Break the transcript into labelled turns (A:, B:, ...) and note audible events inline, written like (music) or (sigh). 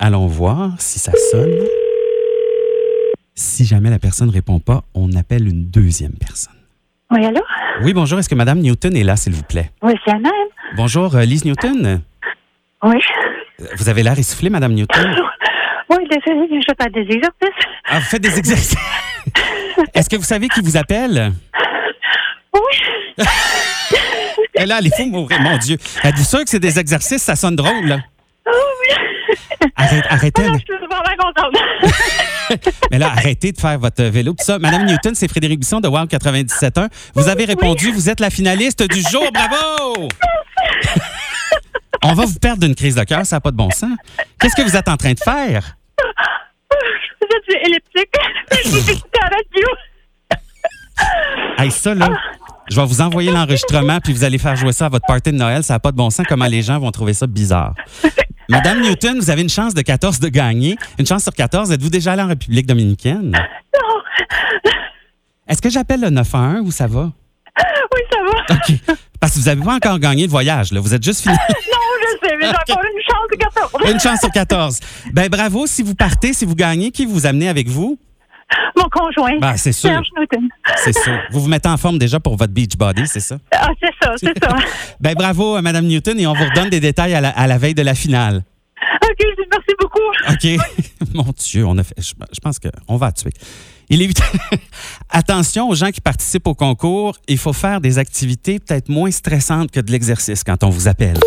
A: allons voir si ça sonne. Si jamais la personne ne répond pas, on appelle une deuxième personne.
B: Oui, allô?
A: Oui, bonjour. Est-ce que Madame Newton est là, s'il vous plaît?
B: Oui, c'est la même.
A: Bonjour, euh, Lise Newton.
B: Oui. (laughs)
A: Euh, Vous avez l'air essoufflée, Madame Newton.
B: Oui, désolé, je fais des exercices.
A: Ah, vous faites des exercices. (laughs) Est-ce que vous savez qui vous appelle?
B: Oui.
A: Eh là, les fous mourir, mon Dieu. Êtes-vous sûr que c'est des exercices? Ça sonne drôle, là.
B: Oh, oui.
A: Arrête- arrêtez.
B: Ah non, je suis vraiment contente. (laughs)
A: Mais là, arrêtez de faire votre vélo. Puis ça, Madame Newton, c'est Frédéric Bisson de Wild 97.1. Vous avez répondu, vous êtes la finaliste du jour. Bravo! On va vous perdre d'une crise de cœur, ça n'a pas de bon sens. Qu'est-ce que vous êtes en train de faire?
B: je suis elliptique.
A: (laughs)
B: Je vous écoute à la radio.
A: Hey, ça, là, je vais vous envoyer l'enregistrement, puis vous allez faire jouer ça à votre party de Noël. Ça n'a pas de bon sens comment les gens vont trouver ça bizarre. Madame Newton, vous avez une chance de 14 de gagner. Une chance sur 14. Êtes-vous déjà allée en République dominicaine?
B: Non.
A: Est-ce que j'appelle le 911 ou ça va?
B: Oui, ça va.
A: OK. Parce que vous n'avez pas encore gagné le voyage, là. Vous êtes juste fini.
B: Non, je sais, mais j'ai encore une chance de gâteau.
A: Une chance sur 14. Ben bravo, si vous partez, si vous gagnez, qui vous amenez avec vous?
B: Mon conjoint.
A: Ben, c'est sûr.
B: Serge Newton.
A: C'est ça. Vous vous mettez en forme déjà pour votre beach body, c'est ça?
B: Ah, c'est ça,
A: (laughs)
B: c'est ça.
A: Ben bravo, euh, Madame Newton, et on vous redonne des détails à la, à la veille de la finale.
B: OK, je dis merci beaucoup.
A: OK? (laughs) Mon Dieu, on a fait, je, je pense qu'on va la tuer. Il est huit- Attention aux gens qui participent au concours, il faut faire des activités peut-être moins stressantes que de l'exercice quand on vous appelle.